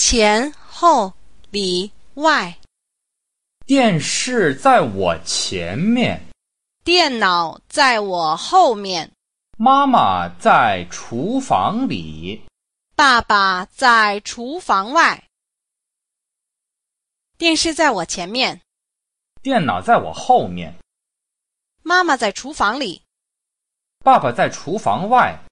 前后里外，电视在我前面，电脑在我后面，妈妈在厨房里，爸爸在厨房外。电视在我前面，电脑在我后面，妈妈在厨房里。爸爸在厨房外。